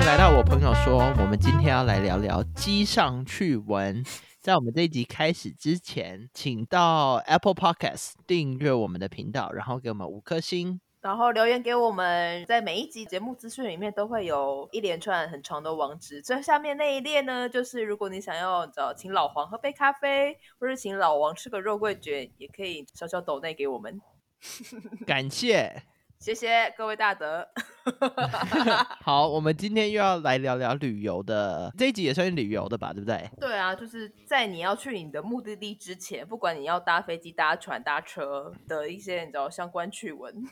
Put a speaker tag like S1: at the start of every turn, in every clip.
S1: 来到我朋友说，我们今天要来聊聊机上趣 闻。在我们这一集开始之前，请到 Apple Podcast 订阅我们的频道，然后给我们五颗 星。
S2: 然后留言给我们，在每一集节目资讯里面都会有一连串很长的网址。最下面那一列呢，就是如果你想要找请老黄喝杯咖啡，或者请老王吃个肉桂卷，也可以小小抖内给我们。
S1: 感谢。
S2: 谢谢各位大德。
S1: 好，我们今天又要来聊聊旅游的，这一集也算是旅游的吧，对不对？
S2: 对啊，就是在你要去你的目的地之前，不管你要搭飞机、搭船、搭车的一些你知道相关趣闻。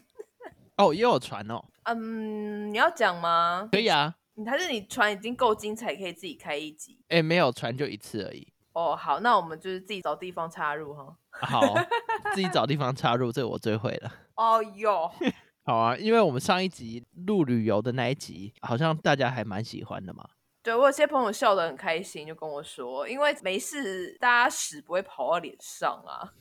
S1: 哦，也有船哦，
S2: 嗯，你要讲吗？
S1: 可以啊。
S2: 你还是你船已经够精彩，可以自己开一集。
S1: 哎，没有船就一次而已。
S2: 哦，好，那我们就是自己找地方插入哈。
S1: 好，自己找地方插入，这我最会了。
S2: 哦哟，
S1: 好啊，因为我们上一集录旅游的那一集，好像大家还蛮喜欢的嘛。
S2: 对我有些朋友笑得很开心，就跟我说，因为没事，大家屎不会跑到脸上啊。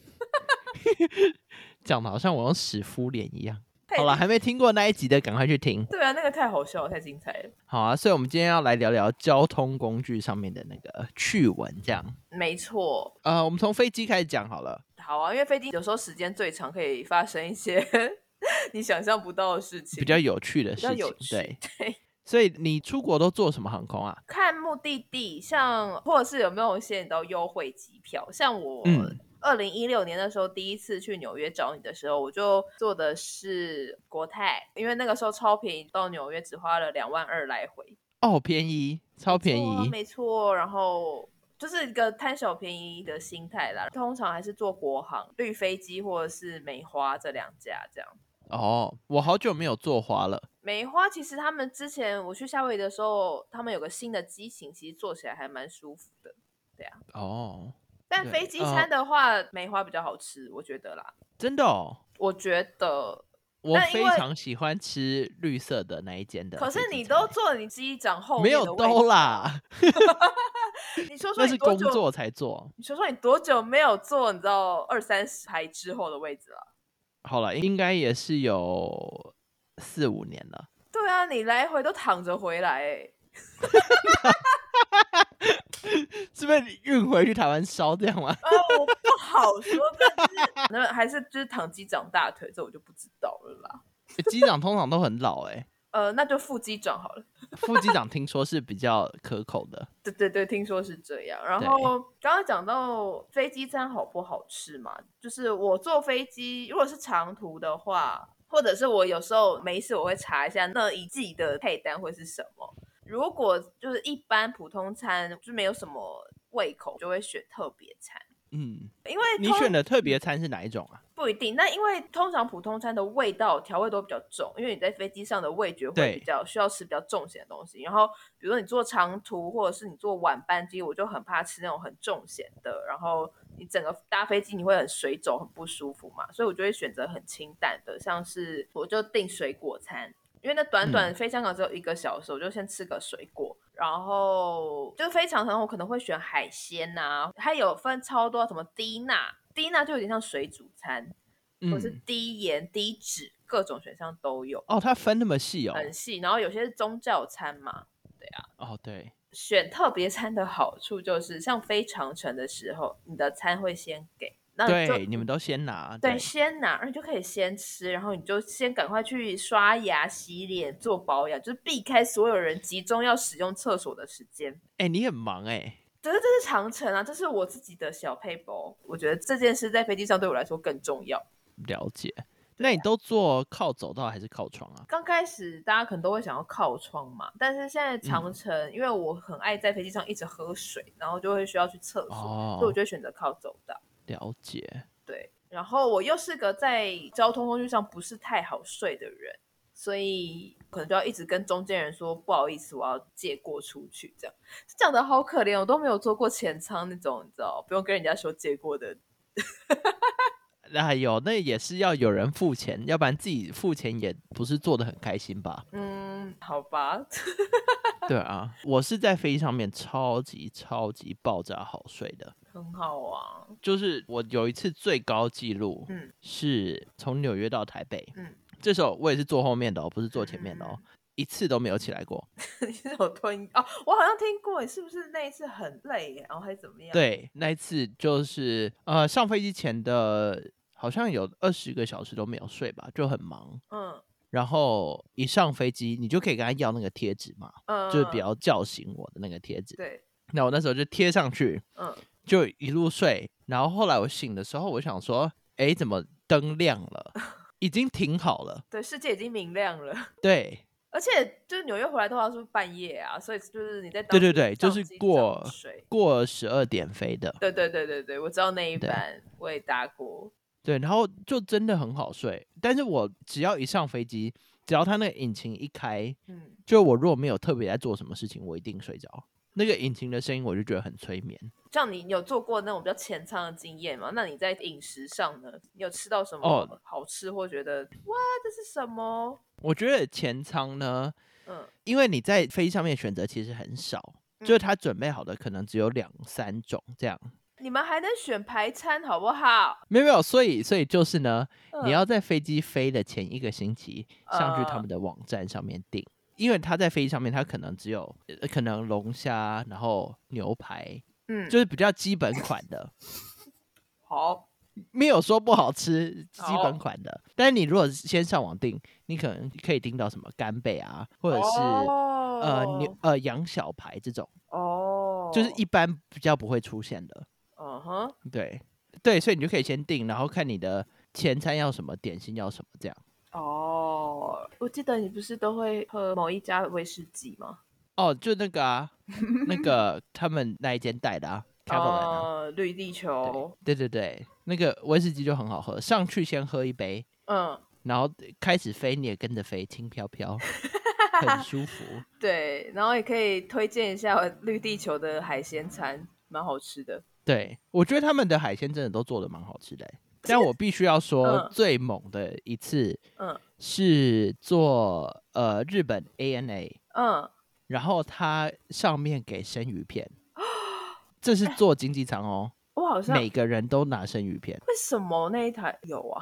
S1: 讲的好像我用屎敷脸一样。
S2: 太
S1: 好了，还没听过那一集的，赶快去听。
S2: 对啊，那个太好笑了，太精彩了。
S1: 好啊，所以我们今天要来聊聊交通工具上面的那个趣闻，这样。
S2: 没错，
S1: 呃，我们从飞机开始讲好了。
S2: 好啊，因为飞机有时候时间最长，可以发生一些 你想象不到的事情
S1: 比。较有趣的事
S2: 较
S1: 情，
S2: 有趣
S1: 对。
S2: 对
S1: 所以你出国都坐什么航空啊？
S2: 看目的地，像或者是有没有一些你知道优惠机票，像我。
S1: 嗯
S2: 二零一六年的时候，第一次去纽约找你的时候，我就坐的是国泰，因为那个时候超便宜，到纽约只花了两万二来回。
S1: 哦，便宜，超便
S2: 错
S1: 宜。
S2: 啊没错。然后就是一个贪小便宜的心态啦，通常还是坐国航、绿飞机或者是梅花这两家这样。
S1: 哦，我好久没有坐花了。
S2: 梅花其实他们之前我去夏威夷的时候，他们有个新的机型，其实坐起来还蛮舒服的。
S1: 哦，
S2: 但
S1: 对
S2: 飞机
S1: 呃
S2: 餐的话，梅花比较好吃，我觉得啦。
S1: 真的哦，
S2: 我觉得，
S1: 我
S2: 但因
S1: 非
S2: 为
S1: 常喜欢吃绿色的那一间的飞
S2: 可
S1: 机
S2: 是
S1: 餐。
S2: 你都坐你机长后
S1: 没
S2: 面
S1: 有
S2: 的位
S1: 兜
S2: 置，
S1: 啦，
S2: 你说说
S1: 那
S2: 你
S1: 是
S2: 多
S1: 工
S2: 久？
S1: 作才坐。
S2: 你说说你多久没有坐？你知道二三十排之后的位置了？
S1: 好了，应该也是有四五年了。
S2: 对啊，你来回都躺着回来、欸，
S1: 是被运回去台湾烧这样吗？
S2: 啊，我不好说，但是那还是就是躺机长大腿，这我就不知道了啦。
S1: 机长通常都很老哎、
S2: 呃，那就副机长好了。
S1: 副机长听说是比较可口的。
S2: 对对对，听说是这样。然
S1: 对
S2: 后刚刚讲到飞机餐好不好吃嘛，就是我坐飞机，如果是长途的话，或者是我有时候没事，我会查一下那一季的配单会是什么。如果就是一般普通餐，就没有什么胃口，就会选特别餐，
S1: 嗯，
S2: 因为
S1: 你
S2: 通
S1: 选的特别餐是哪一种啊？
S2: 不一定，那因为通常普通餐的味道调味都比较重，因为你在飞机上的味觉会
S1: 对
S2: 比较需要吃比较重咸的东西。然后比如说你坐长途或者是你坐晚班机，我就很怕吃那种很重咸的，然后你整个搭飞机你会很水肿，很不舒服嘛，所以我就会选择很清淡的，像是我就订水果餐。因为那
S1: 嗯
S2: 短短飞香港只有一个小时，我就先吃个水果，然后就飞长城我可能会选海鲜呐、它有分超多什么低钠，低钠就有点像水煮餐，或是
S1: 嗯，
S2: 低盐、低脂，各种选项都有，
S1: 哦，它分那么细哦。
S2: 很细。然后有些是宗教餐嘛，
S1: 哦，对，
S2: 选特别餐的好处就是，像飞长城的时候，你的餐会先给，那你呃就
S1: 对，你们都先拿。
S2: 对先拿，然后你就可以先吃，然后你就先赶快去刷牙、洗脸、做保养，就是避开所有人集中要使用厕所的时间。
S1: 哎、你很忙哎、
S2: 可是这是长城啊，这是我自己的小 paper，我觉得这件事在飞机上对我来说更重要。
S1: 了解。那你
S2: 啊
S1: 都坐靠走道还是靠窗啊？
S2: 刚开始大家可能都会想要靠窗嘛，但是现在长城，因为我很爱在飞机上一直喝水，然后就会需要去厕所，所以我
S1: 哦，
S2: 就会选择靠走道。
S1: 了解。
S2: 对，然后我又是个在交通工具上不是太好睡的人，所以可能就要一直跟中间人说不好意思，我要借过出去，这样讲的好可怜，我都没有坐过前舱那种，你知道，不用跟人家说借过的。
S1: 哎呦，那也是要有人付钱，要不然自己付钱也不是坐的很开心吧？
S2: 嗯，好吧，
S1: 对啊，我是在飞机上面超级超级爆炸好睡的，
S2: 很好啊，
S1: 就是我有一次最高纪录，
S2: 嗯
S1: 是从纽约到台北，
S2: 嗯
S1: 这时候我也是坐后面的哦，不是坐前面的哦，一次都没有起来过，
S2: 你是有吞哦？我好像听过，是不是那一次很累耶，然后还怎么样？，
S1: 对，那一次就是呃，上飞机前的好像有二十个小时都没有睡吧，就很忙。
S2: 嗯
S1: 然后一上飞机，你就可以跟他要那个贴纸嘛，
S2: 嗯，
S1: 就是不要叫醒我的那个贴纸。
S2: 对，
S1: 那我那时候就贴上去，
S2: 嗯
S1: 就一路睡。然后后来我醒的时候，我想说，哎，怎么灯亮 了？已经停好了。
S2: 对，世界已经明亮了，
S1: 对
S2: 而且就是纽约回来的话是不是半夜啊，所以就是你在
S1: 对
S2: 当
S1: 对
S2: 地
S1: 对，就
S2: 上
S1: 是
S2: 机
S1: 过
S2: 早睡。
S1: 过十二点飞的。
S2: 对对对对对，我知道那一
S1: 对
S2: 班，我也搭过。
S1: 对，然后就真的很好睡。但是我只要一上飞机，只要它那个引擎一开，
S2: 嗯，
S1: 就我如果没有特别在做什么事情，我一定睡着。那个引擎的声音我就觉得很催眠。
S2: 像你你有做过那种比较前舱的经验吗？那你在饮食上呢？你有吃到什么
S1: 哦
S2: 好吃或觉得、哇这是什么？
S1: 我觉得前舱呢，
S2: 嗯
S1: 因为你在飞机上面选择其实很少，就是他准备好的可能只有两三种这样。
S2: 你们还能选排餐好不好？
S1: 没有没有，所以所以就是呢，
S2: 嗯
S1: 你要在飞机飞的前一个星期上去他
S2: 呃
S1: 们的网站上面订，因为他在飞机上面他可能只有呃可能龙虾，然后牛排，
S2: 嗯，
S1: 就是比较基本款的，
S2: 好，
S1: 没有说不好吃，基
S2: 好
S1: 本款的。但是你如果先上网订，你可能可以订到什么干贝啊，或者是、
S2: 哦、
S1: 呃牛呃羊小排这种，
S2: 哦，
S1: 就是一般比较不会出现的。
S2: 嗯哼，
S1: 对对，所以你就可以先订，然后看你的前餐要什么，点心要什么这样。
S2: 哦，我记得你不是都会喝某一家的威士忌吗？
S1: 哦，就那个啊，那 个他们那一间带的啊 c a v a l i n 啊，
S2: 哦，绿地球，
S1: 对对对，那个威士忌就很好喝。上去先喝一杯，
S2: 嗯，
S1: 然后开始飞，你也跟着飞，轻飘飘，很舒服。
S2: 对，然后也可以推荐一下绿地球的海鲜餐，蛮好吃的。
S1: 对，我觉得他们的海鲜真的都做的蛮好吃的欸、但我必须要说
S2: 嗯，
S1: 最猛的一次
S2: 嗯
S1: 是做呃日本 ANA，
S2: 嗯，
S1: 然后它上面给生鱼片， 这是做经济舱哦，
S2: 我好像
S1: 每个人都拿生鱼片。
S2: 为什么那一台有啊？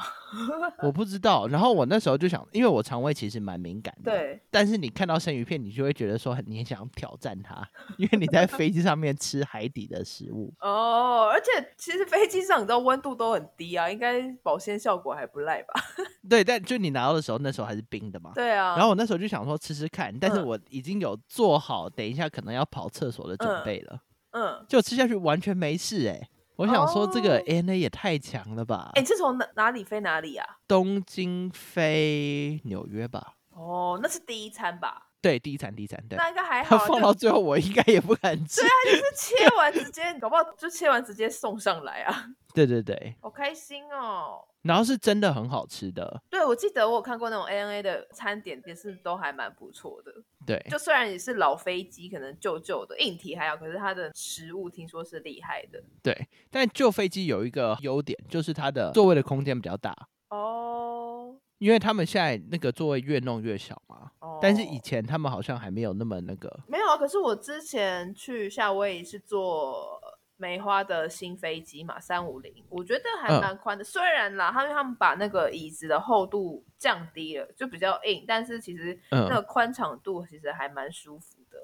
S1: 我不知道。然后我那时候就想，因为我肠胃其实蛮敏感的，。
S2: 对，
S1: 但是你看到生鱼片，你就会觉得说很你很想挑战它，因为你在飞机上面吃海底的食物。
S2: 哦，而且其实飞机上你知道温度都很低啊，应该保鲜效果还不赖吧？
S1: 对，但就你拿到的时候，那时候还是冰的嘛。
S2: 对啊，
S1: 然后我那时候就想说吃吃看，但是
S2: 嗯
S1: 我已经有做好等一下可能要跑厕所的准
S2: 嗯
S1: 备了，
S2: 嗯，
S1: 就吃下去完全没事哎、我想说这个
S2: 哦
S1: ANA 也太强了吧！
S2: 哎、你是从哪哪里飞哪里啊？
S1: 东京飞纽约吧？
S2: 哦，那是第一餐吧？
S1: 对，第一餐第一餐，对。
S2: 那应该还好
S1: 他 放
S2: 啊，就啊
S1: 到最后，我应该也不敢吃。
S2: 就是切完直接，搞不好就切完直接送上来啊，
S1: 对对对，
S2: 好开心哦！
S1: 然后是真的很好吃的，
S2: 对，我记得我有看过那种 ANA 的餐点，也是都还蛮不错的。
S1: 对，
S2: 就虽然也是老飞机，可能旧旧的硬体还好，可是它的食物听说是厉害的
S1: 对。但旧飞机有一个优点，就是它的座位的空间比较大，
S2: 哦。
S1: 因为他们现在那个座位越弄越小嘛。
S2: 哦
S1: 但是以前他们好像还没有那么那个，
S2: 没有啊，可是我之前去夏威夷是坐梅花的新飞机嘛，三五零，我觉得还
S1: 嗯
S2: 蛮宽的。虽然啦，他因为他们把那个椅子的厚度降低了，就比较硬，但是其实那
S1: 嗯，
S2: 个宽敞度其实还蛮舒服的。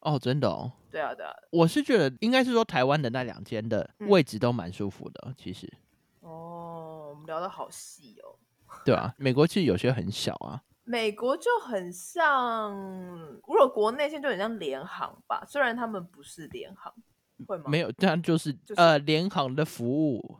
S1: 哦，真的哦。
S2: 对啊，对啊，
S1: 我是觉得应该是说台湾的那两间的
S2: 嗯
S1: 位置都蛮舒服的，其 实，
S2: 哦，我们聊的好细哦。
S1: 对啊，美国其实有些很小 啊，
S2: 美国就很像，如果国内线就很像联航吧，虽然他们不是联航，会吗？
S1: 嗯没有，这样就是、
S2: 就是
S1: 呃联航的服 务，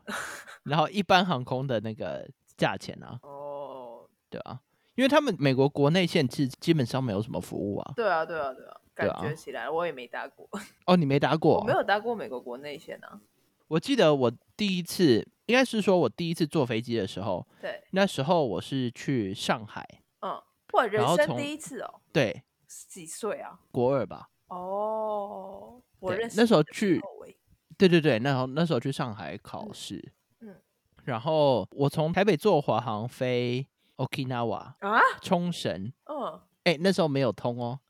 S1: 然后一般航空的那个价钱啊，
S2: 哦，
S1: 对啊，因为他们美国国内线是基本上没有什么服务啊。
S2: 对啊，对啊，对啊，
S1: 对
S2: 感
S1: 啊
S2: 觉起来我也没搭过。
S1: 哦，你没打过？
S2: 我没有搭过美国国内线啊。
S1: 我记得我第一次，应该是说我第一次坐飞机的时候，
S2: 对，
S1: 那时候我是去上海，
S2: 嗯，哇，人
S1: 然后
S2: 生
S1: 从
S2: 第一次哦，
S1: 对，
S2: 几岁啊？
S1: 国二吧。
S2: 哦，我
S1: 对
S2: 认识
S1: 那时候
S2: 你的
S1: 去
S2: 候欸
S1: 对对对，那时候那时候去上海考试，
S2: 嗯
S1: 然后我从台北坐华航飞 Okinawa
S2: 啊，
S1: 冲绳，
S2: 嗯，
S1: 哎，那时候没有通哦，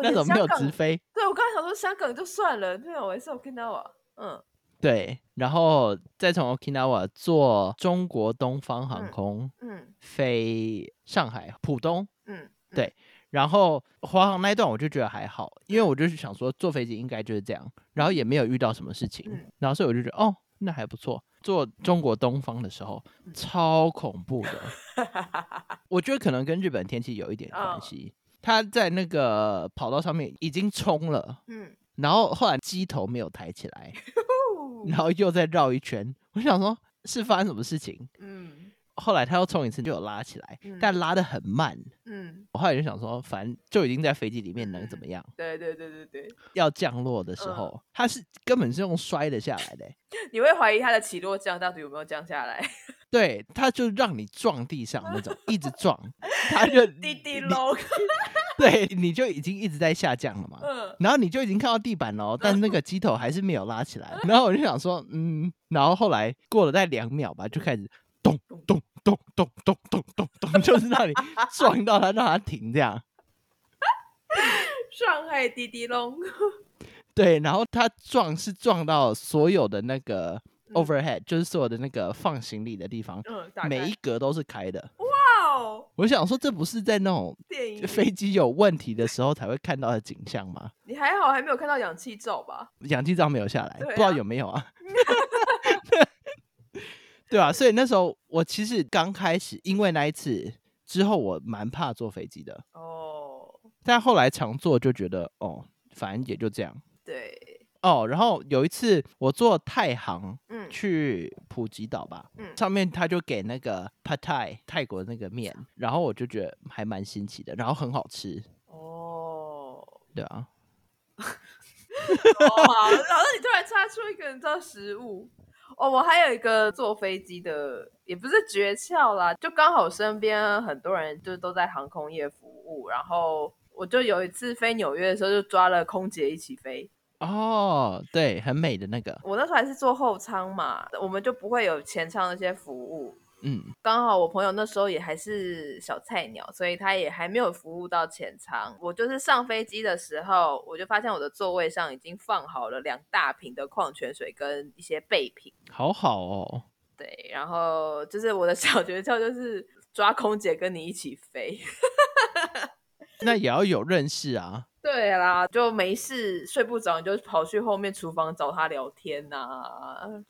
S1: 那
S2: 连
S1: 时候没有
S2: 香
S1: 直
S2: 港
S1: 飞，
S2: 对我刚才想说香港就算了，没有，我还是 Okinawa，嗯
S1: 对，然后再从 Okinawa 坐中国东方航
S2: 嗯
S1: 空
S2: 嗯
S1: 飞上海浦东，
S2: 嗯，嗯
S1: 对然后华航那一段我就觉得还好，因为我就是想说坐飞机应该就是这样，然后也没有遇到什么事情
S2: 嗯，
S1: 然后所以我就觉得哦，那还不错。坐中国东方的时候
S2: 嗯
S1: 超恐怖的， 我觉得可能跟日本天气有一点关
S2: 哦
S1: 系。它在那个跑道上面已经冲了，
S2: 嗯，
S1: 然后后来机头没有抬起来，
S2: 呼
S1: 然后又再绕一圈。我想说，是发生什么事情？
S2: 嗯
S1: 后来他又冲一次就有拉起来，
S2: 嗯
S1: 但拉的很慢。
S2: 嗯，
S1: 我后来就想说，反正就已经在飞机里面，能怎么样？
S2: 对对对对对，
S1: 要降落的时
S2: 嗯
S1: 候，他是根本是用摔的下来的欸、
S2: 你会怀疑它的起落降到底有没有降下来？
S1: 对，他就让你撞地上那种，一直撞，他就
S2: 滴滴
S1: 嗯你
S2: 喽，
S1: 对，你就已经一直在下降了嘛。
S2: 嗯，
S1: 然后你就已经看到地板了哦，但那个机头还是没有拉起来。然后我就想说，嗯，然后后来过了大概两秒吧，就开始咚咚咚咚咚咚咚咚，就是让你撞到它，让它停这样。
S2: 上海滴滴隆，
S1: 对，然后它撞是撞到所有的那个
S2: 嗯
S1: overhead，、就是所有的那个放行李的地方，
S2: 嗯，打
S1: 每
S2: 开
S1: 一格都是开的。
S2: 哇哦，
S1: 我想说，这不是在那种
S2: 电影里，
S1: 飞机有问题的时候才会看到的景象吗？
S2: 你还好还没有看到氧气罩吧？
S1: 氧气罩没有下来，
S2: 对
S1: 不知道
S2: 啊
S1: 有没有 啊？ 对啊，所以那时候我其实刚开始，因为那一次之后，我蛮怕坐飞机的，
S2: 哦，
S1: 但后来常坐就觉得哦，反正也就这样
S2: 对，
S1: 哦。然后有一次我坐太行
S2: 嗯
S1: 去普吉岛吧，
S2: 嗯
S1: 上面他就给那个 p a t a i 泰国那个面，然后我就觉得还蛮新奇的，然后很好吃，
S2: 哦，
S1: 对啊，
S2: 哦，好，老师，你突然插出一个你知道食物哦，我还有一个坐飞机的，也不是诀窍啦，就刚好身边很多人就都在航空业服务，然后我就有一次飞纽约的时候就抓了空姐一起飞，
S1: 哦，对，很美的那个，
S2: 我那时候还是坐后舱嘛，我们就不会有前舱那些服务。
S1: 嗯。
S2: 刚好我朋友那时候也还是小菜鸟，所以他也还没有服务到前舱。我就是上飞机的时候，我就发现我的座位上已经放好了两大瓶的矿泉水跟一些备品。
S1: 好好哦，
S2: 对，然后就是我的小诀窍就是抓空姐跟你一起飞。 嗯
S1: 那也要有认识啊。
S2: 对啦，就没事睡不着，你就跑去后面厨房找他聊天呐、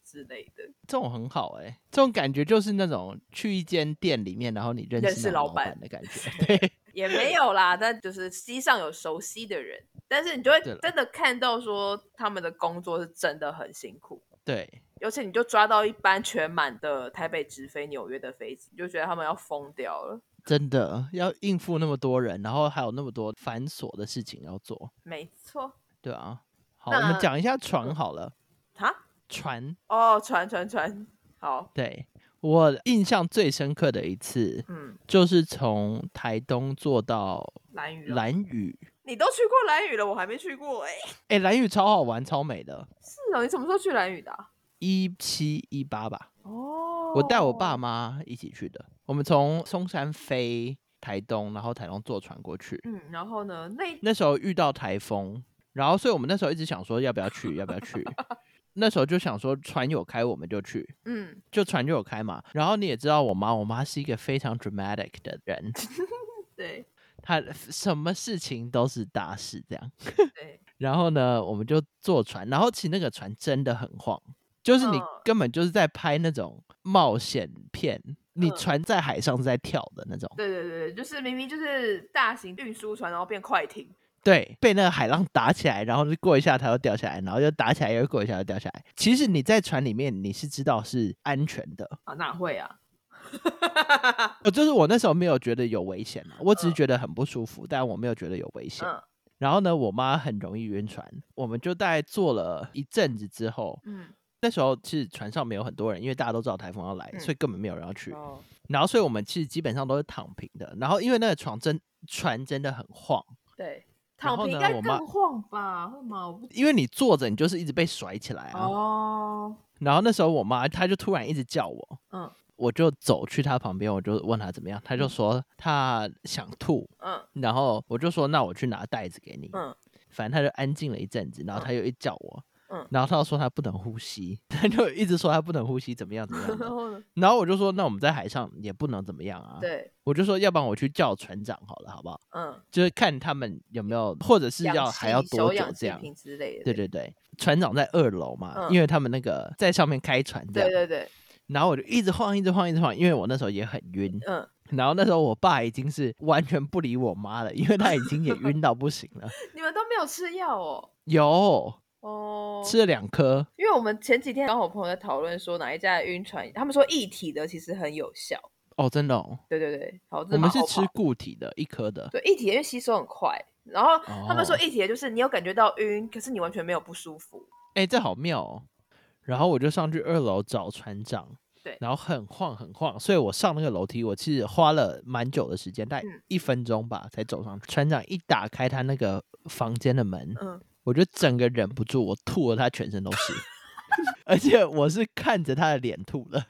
S2: 之类的。
S1: 这种很好哎、这种感觉就是那种去一间店里面，然后你认
S2: 认
S1: 识
S2: 识
S1: 那
S2: 老
S1: 老板
S2: 板
S1: 的感觉。 对，
S2: 也没有啦，但就是机上有熟悉的人，但是你就会
S1: 对啦
S2: 真的看到说他们的工作是真的很辛苦，
S1: 对，
S2: 尤其你就抓到一班全满的台北直飞纽约的飞机，你就觉得他们要疯掉了。
S1: 真的要应付那么多人，然后还有那么多繁琐的事情要做，
S2: 没错，
S1: 对啊。好，我们
S2: 那
S1: 讲一下船好了。
S2: 哈，
S1: 船，
S2: 哦，传传传，好，
S1: 对我印象最深刻的一次，
S2: 嗯，
S1: 就是从台东坐到
S2: 蓝雨、哦，
S1: 兰屿。
S2: 你都去过蓝雨了，我还没去过哎、
S1: 哎、兰屿超好玩，超美的。
S2: 是哦，你什么时候去蓝雨的啊、
S1: 一七一八吧，
S2: 哦，
S1: 我带我爸，妈一起去的，我们从松山飞台东，然后台东坐船过去。
S2: 嗯，然后呢，那一
S1: 那时候遇到台风，然后所以我们那时候一直想说要不要去，要不要去。那时候就想说船有开我们就去，
S2: 嗯，
S1: 就船就有开嘛。然后你也知道我妈，我妈是一个非常 dramatic 的人，
S2: 对
S1: 她什么事情都是大事这样。
S2: 对，
S1: 然后呢，我们就坐船，然后其实那个船真的很晃，就是你
S2: 嗯
S1: 根本就是在拍那种冒险片，你
S2: 嗯
S1: 船在海上是在跳的那种，
S2: 对对对对，就是明明就是大型运输船，然后变快艇。
S1: 对，被那个海浪打起来，然后就过一下它又掉下来，然后又打起来又过一下又掉下来。其实你在船里面你是知道是安全的，
S2: 啊，哪会啊？
S1: 呃，就是我那时候没有觉得有危险啊，我只是
S2: 嗯
S1: 觉得很不舒服，但我没有觉得有危险。
S2: 嗯
S1: 然后呢，我妈很容易晕船，我们就大概坐了一阵子之后，
S2: 嗯，
S1: 那时候其实船上没有很多人，因为大家都知道台风要来，
S2: 嗯
S1: 所以根本没有人要去。
S2: 哦，
S1: 然后，所以我们其实基本上都是躺平的。然后，因为那个床真船真的很晃，
S2: 对，
S1: 然
S2: 躺
S1: 后
S2: 平应
S1: 呢
S2: 该
S1: 我妈
S2: 更晃吧？会吗？我不
S1: 因为你坐着，你就是一直被甩起来啊。
S2: 哦，
S1: 然后那时候我妈她就突然一直叫我，
S2: 嗯
S1: 我就走去她旁边，我就问她怎么样，她就说她想吐，
S2: 嗯
S1: 然后我就说那我去拿袋子给你，
S2: 嗯
S1: 反正她就安静了一阵子，然后她又一叫我，
S2: 嗯
S1: 然后他又说他不能呼吸，他就一直说他不能呼吸，怎么样怎么样
S2: 然
S1: 的。
S2: 后呢？
S1: 然后我就说，那我们在海上也不能怎么样啊。，
S2: 对，
S1: 我就说，要不然我去叫船长好了，好不好？
S2: 嗯，
S1: 就是看他们有没有，或者是
S2: 氧
S1: 要
S2: 气
S1: 啊还要多
S2: 手
S1: 久
S2: 氧
S1: 这
S2: 气
S1: 样。
S2: 瓶之类的。
S1: 对对对，船长在二楼嘛，
S2: 嗯
S1: 因为他们那个在上面开船这样。
S2: 对对对，
S1: 然后我就一直晃，一直晃，一直晃，因为我那时候也很晕。
S2: 嗯，
S1: 然后那时候我爸已经是完全不理我妈了，因为他已经也晕到不行 了。
S2: 你们都没有吃药哦。
S1: 有
S2: 哦，
S1: 吃了两颗，
S2: 因为我们前几天刚好我朋友在讨论说哪一家的晕船，他们说一体的其实很有效。
S1: 哦，真的、哦，
S2: 对对对，好，这
S1: 我们
S2: 马
S1: 是
S2: 后
S1: 吃
S2: 炮
S1: 固体的，一颗的。
S2: 对一体的，因为吸收很快。然后他们说
S1: 哦
S2: 一体的就是你有感觉到晕，可是你完全没有不舒服。
S1: 哎、这好妙哦。然后我就上去二楼找船长，
S2: 对
S1: 然后很晃很晃，所以我上那个楼梯，我其实花了蛮久的时间，大概
S2: 嗯
S1: 一分钟吧，才走上去。船长一打开他那个房间的门，
S2: 嗯，
S1: 我就整个忍不住，我吐了，他全身都是， 而且我是看着他的脸吐的，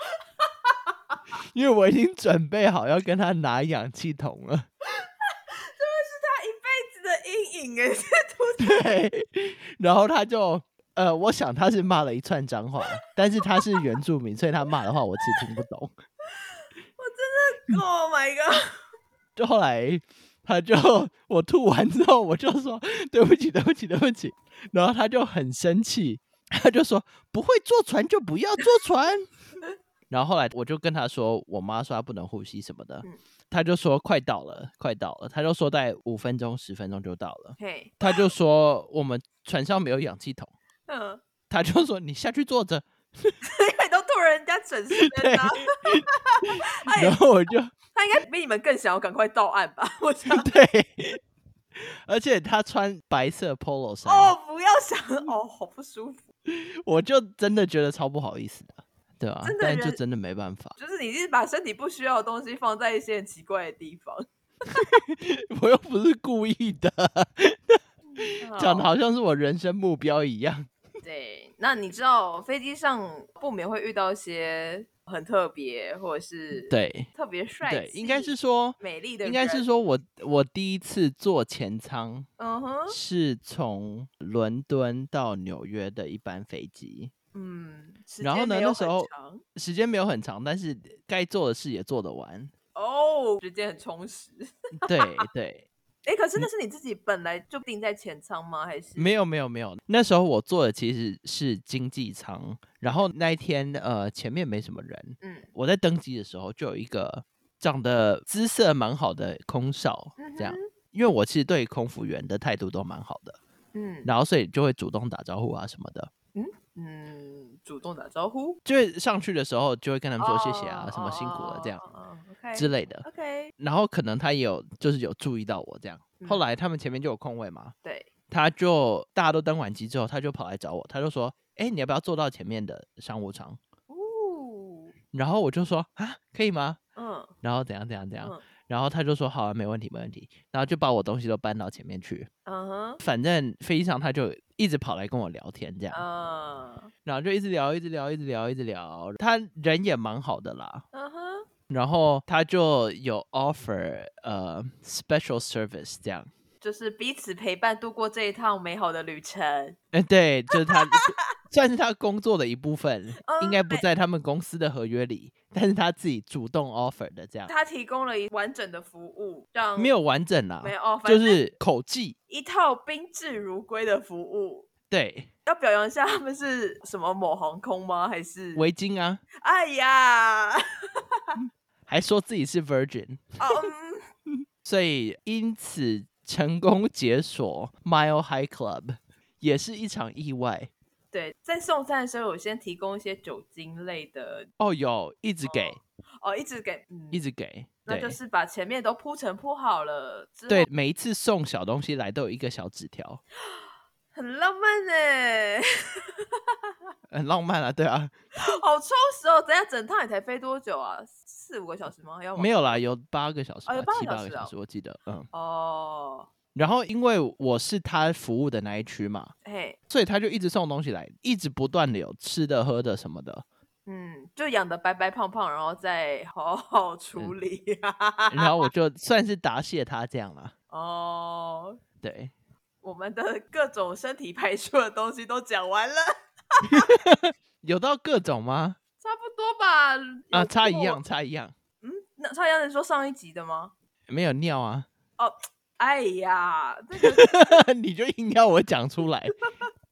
S1: 因为我已经准备好要跟他拿氧气筒了。
S2: 他一辈子的阴影哎，
S1: 对，然后他就呃，我想他是骂了一串脏话，但是他是原住民，所以他骂的话我其实听不懂。嗯
S2: Oh my god！
S1: 就后来他就我吐完之后，我就说对不起，对不起，对不起，然后他就很生气，他就说不会坐船就不要坐船。然后后来我就跟他说，我妈说她不能呼吸什么的
S2: 嗯，
S1: 他就说快到了，快到了，他就说大概五分钟、十分钟就到了，
S2: 嘿，
S1: 他就说我们船上没有氧气筒。
S2: 嗯，
S1: 他就说你下去坐着，
S2: 因为都吐人家整身
S1: 对
S2: 啊，哎
S1: 然后我 就
S2: 他应该比你们更想要赶快到岸吧？我想，
S1: 对，而且他穿白色 polo 衫，
S2: 哦，不要想，
S1: 嗯
S2: 哦，好不舒服。
S1: 我就真的觉得超不好意思的，对吧、
S2: 真的
S1: 但就
S2: 人
S1: 真的没办法，
S2: 就是你是把身体不需要的东西放在一些很奇怪的地方，
S1: 我又不是故意的，
S2: 哦
S1: 讲的好像是我人生目标一样。
S2: 对，那你知道飞机上不免会遇到一些很特别或者是
S1: 对
S2: 特别帅
S1: 对，
S2: 气
S1: 应该是说，
S2: 美丽的
S1: 应
S2: 人，
S1: 该是说我我第一次坐前舱
S2: 嗯哼，
S1: 是从伦敦到纽约的一班飞机，
S2: 嗯，时
S1: 然后
S2: 间
S1: 呢
S2: 没
S1: 那
S2: 有
S1: 时
S2: 很
S1: 候
S2: 长
S1: 时间没有很长，但是该做的事也做得 完。
S2: 哦，时间很充实。
S1: 对对，
S2: 哎，可是那是你自己本来就定在前舱吗？还是
S1: 嗯没有没有没有，那时候我坐的其实是经济舱，然后那一天呃前面没什么人，
S2: 嗯
S1: 我在登机的时候就有一个长得姿色蛮好的空少
S2: 嗯，
S1: 这样，因为我其实对空服员的态度都蛮好的，
S2: 嗯
S1: 然后所以就会主动打招呼啊什么的，
S2: 嗯，主动打招呼，
S1: 就会上去的时候就会跟他们说谢谢啊
S2: 哦，
S1: 什么辛苦了这样。
S2: OK
S1: 之类的，
S2: OK，
S1: 然后可能他也有就是有注意到我这样，后
S2: 嗯
S1: 来他们前面就有空位嘛，
S2: 对，
S1: 他就大家都登完机之后，他就跑来找我，他就说：“哎、你要不要坐到前面的商务舱
S2: 哦，？”
S1: 然后我就说：“啊，可以吗
S2: 嗯？”
S1: 然后怎样怎样怎样，
S2: 嗯
S1: 然后他就说：“好啊，没问题，没问题。”然后就把我东西都搬到前面去。
S2: 嗯哼，
S1: 反正飞机上他就一直跑来跟我聊天，这样，
S2: 嗯
S1: 然后就一直聊，一直聊，一直聊，一直聊。他人也蛮好的啦，
S2: 嗯哼，
S1: 然后他就有 offer 呃 special service 这样。
S2: 就是彼此陪伴度过这一趟美好的旅程。
S1: 哎，对，就是他算是他工作的一部分，应该不
S2: 嗯对
S1: 在他们公司的合约里，但是他自己主动 offer 的这样，
S2: 他提供了一完整的服务，让
S1: 没有完整啦
S2: 没，有哦，反
S1: 就
S2: 正
S1: 是口技。
S2: 一套宾至如归的服务。
S1: 对，
S2: 要表扬一下他们是什么某航空吗？还是
S1: 围巾啊，
S2: 哎呀，
S1: 还说自己是 virgin，
S2: 哦嗯，
S1: 所以因此成功解锁 Mile High Club，也是一场意外。
S2: 对，在送餐的时候有先提供一些酒精类的
S1: 哦，有一直给，
S2: 哦，一直给，嗯，
S1: 一直给，
S2: 那
S1: 对
S2: 就是把前面都铺成铺好了，之后
S1: 对，每一次送小东西来都有一个小纸条，
S2: 很浪漫欸呢，
S1: 很浪漫啊，对啊，
S2: 好充实哦。等一下整趟你才飞多久啊？四五个小时吗？要吗
S1: 没有啦，有八个小时吧，
S2: 哦有八个
S1: 七
S2: 小
S1: 八个
S2: 时
S1: 小
S2: 哦
S1: 时，我记得，嗯。
S2: 哦，
S1: 然后因为我是他服务的那一区嘛，
S2: 嘿，
S1: 所以他就一直送东西来，一直不断的有吃的、喝的什么的。
S2: 嗯，就养的白白胖胖，然后再好好处
S1: 嗯
S2: 理。
S1: 然后我就算是答谢他这样啦。
S2: 哦，
S1: 对，
S2: 我们的各种身体排出的东西都讲完了，
S1: 有到各种吗？
S2: 差不多吧？
S1: 啊，
S2: 有
S1: 差一
S2: 过
S1: 样，。差一样，
S2: 嗯，那差一样，你说上一集的吗？
S1: 没有尿啊，
S2: 哎呀，这个
S1: 你就硬要我讲出 来。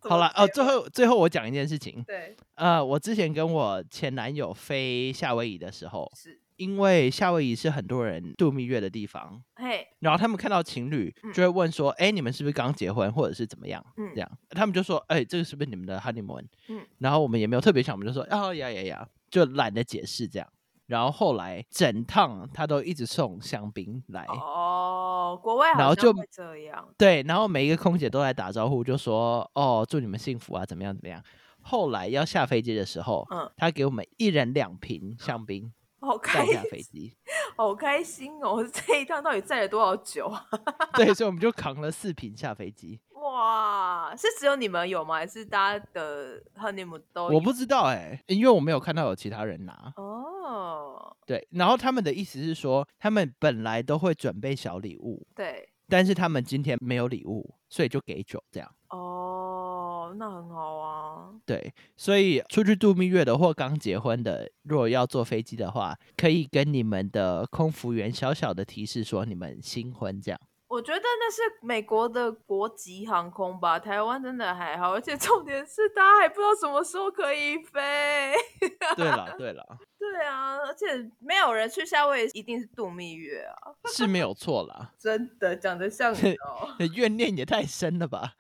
S2: 怎么
S1: 好了，哦，
S2: 接
S1: 最后最后我讲一件事情，
S2: 对
S1: 呃，我之前跟我前男友飞夏威夷的时候，
S2: 是
S1: 因为夏威夷是很多人度蜜月的地方，
S2: 嘿，
S1: 然后他们看到情侣
S2: 嗯
S1: 就会问说：“哎、你们是不是刚结婚，或者是怎么样？”
S2: 嗯
S1: 这样，他们就说：“哎、这个是不是你们的 honeymoon？”
S2: 嗯
S1: 然后我们也没有特别想，我们就说：“啊呀呀呀！”就懒得解释这样。然后后来整趟他都一直送香槟来，
S2: 哦，国外
S1: 哎
S2: 好
S1: 然后
S2: 像
S1: 就
S2: 会这样，
S1: 对，然后每一个空姐都来打招呼，就说：“哦，祝你们幸福啊，怎么样怎么样。”后来要下飞机的时候，
S2: 嗯
S1: 他给我们一人两瓶香槟
S2: 好
S1: 带
S2: 开
S1: 下 飞机，
S2: 好开心哦！ 这一趟到底载了多少酒啊？
S1: 对，所以我们就扛了四瓶下飞机。
S2: 哇，是只有你们有吗？还是大家的 honeymoon 都有
S1: 我不知道哎、因为我没有看到有其他人拿。
S2: 哦，
S1: 对，然后他们的意思是说，他们本来都会准备小礼物，
S2: 对
S1: 但是他们今天没有礼物，所以就给酒这样。
S2: 哦，那很好啊。
S1: 对，所以出去度蜜月的或刚结婚的，如果要坐飞机的话，可以跟你们的空服员小小的提示说你们新婚这样。
S2: 我觉得那是美国的国籍航空吧，台湾真的还好，而且重点是大家还不知道什么时候可以飞。
S1: 对了，对了，
S2: 对啊，而且没有人去夏威夷一定是度蜜月啊，
S1: 是没有错 啦。
S2: 真的讲得像你哦。
S1: 怨念也太深了吧？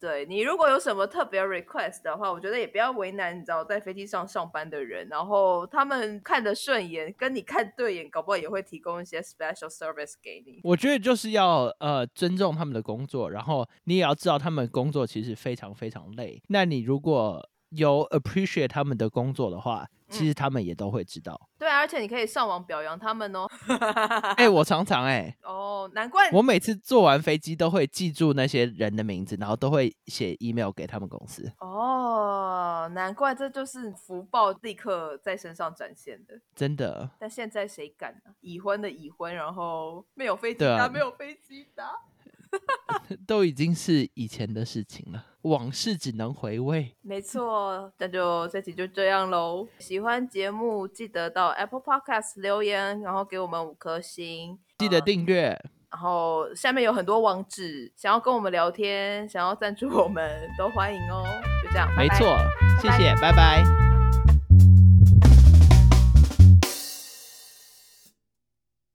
S2: 对你如果有什么特别 request 的话，我觉得也不要为难，你知道在飞机上上班的人，然后他们看得顺眼，跟你看对眼，搞不好也会提供一些 special service 给你。
S1: 我觉得就是要呃尊重他们的工作，然后你也要知道他们工作其实非常非常累。那你如果有 appreciate 他们的工作的话，其实他们也都会知 道。
S2: 对啊，而且你可以上网表扬他们哦。
S1: 哎、我常常哎、
S2: 哦，难怪
S1: 我每次坐完飞机都会记住那些人的名字，然后都会写 email 给他们公司。
S2: 哦，难怪这就是福报立刻在身上展现的。
S1: 真的，
S2: 但现在谁敢呢、已婚的已婚，然后没有飞机
S1: 对啊
S2: 搭，没有飞机搭。
S1: 都已经是以前的事情了，往事只能回味。
S2: 没错，那就这期就这样喽。喜欢节目记得到 Apple Podcast 留言，然后给我们五颗星。
S1: 记得订阅，
S2: 然后下面有很多网址，想要跟我们聊天，想要赞助我们都欢迎哦。就这样，拜
S1: 没
S2: 拜
S1: 错，谢谢，拜拜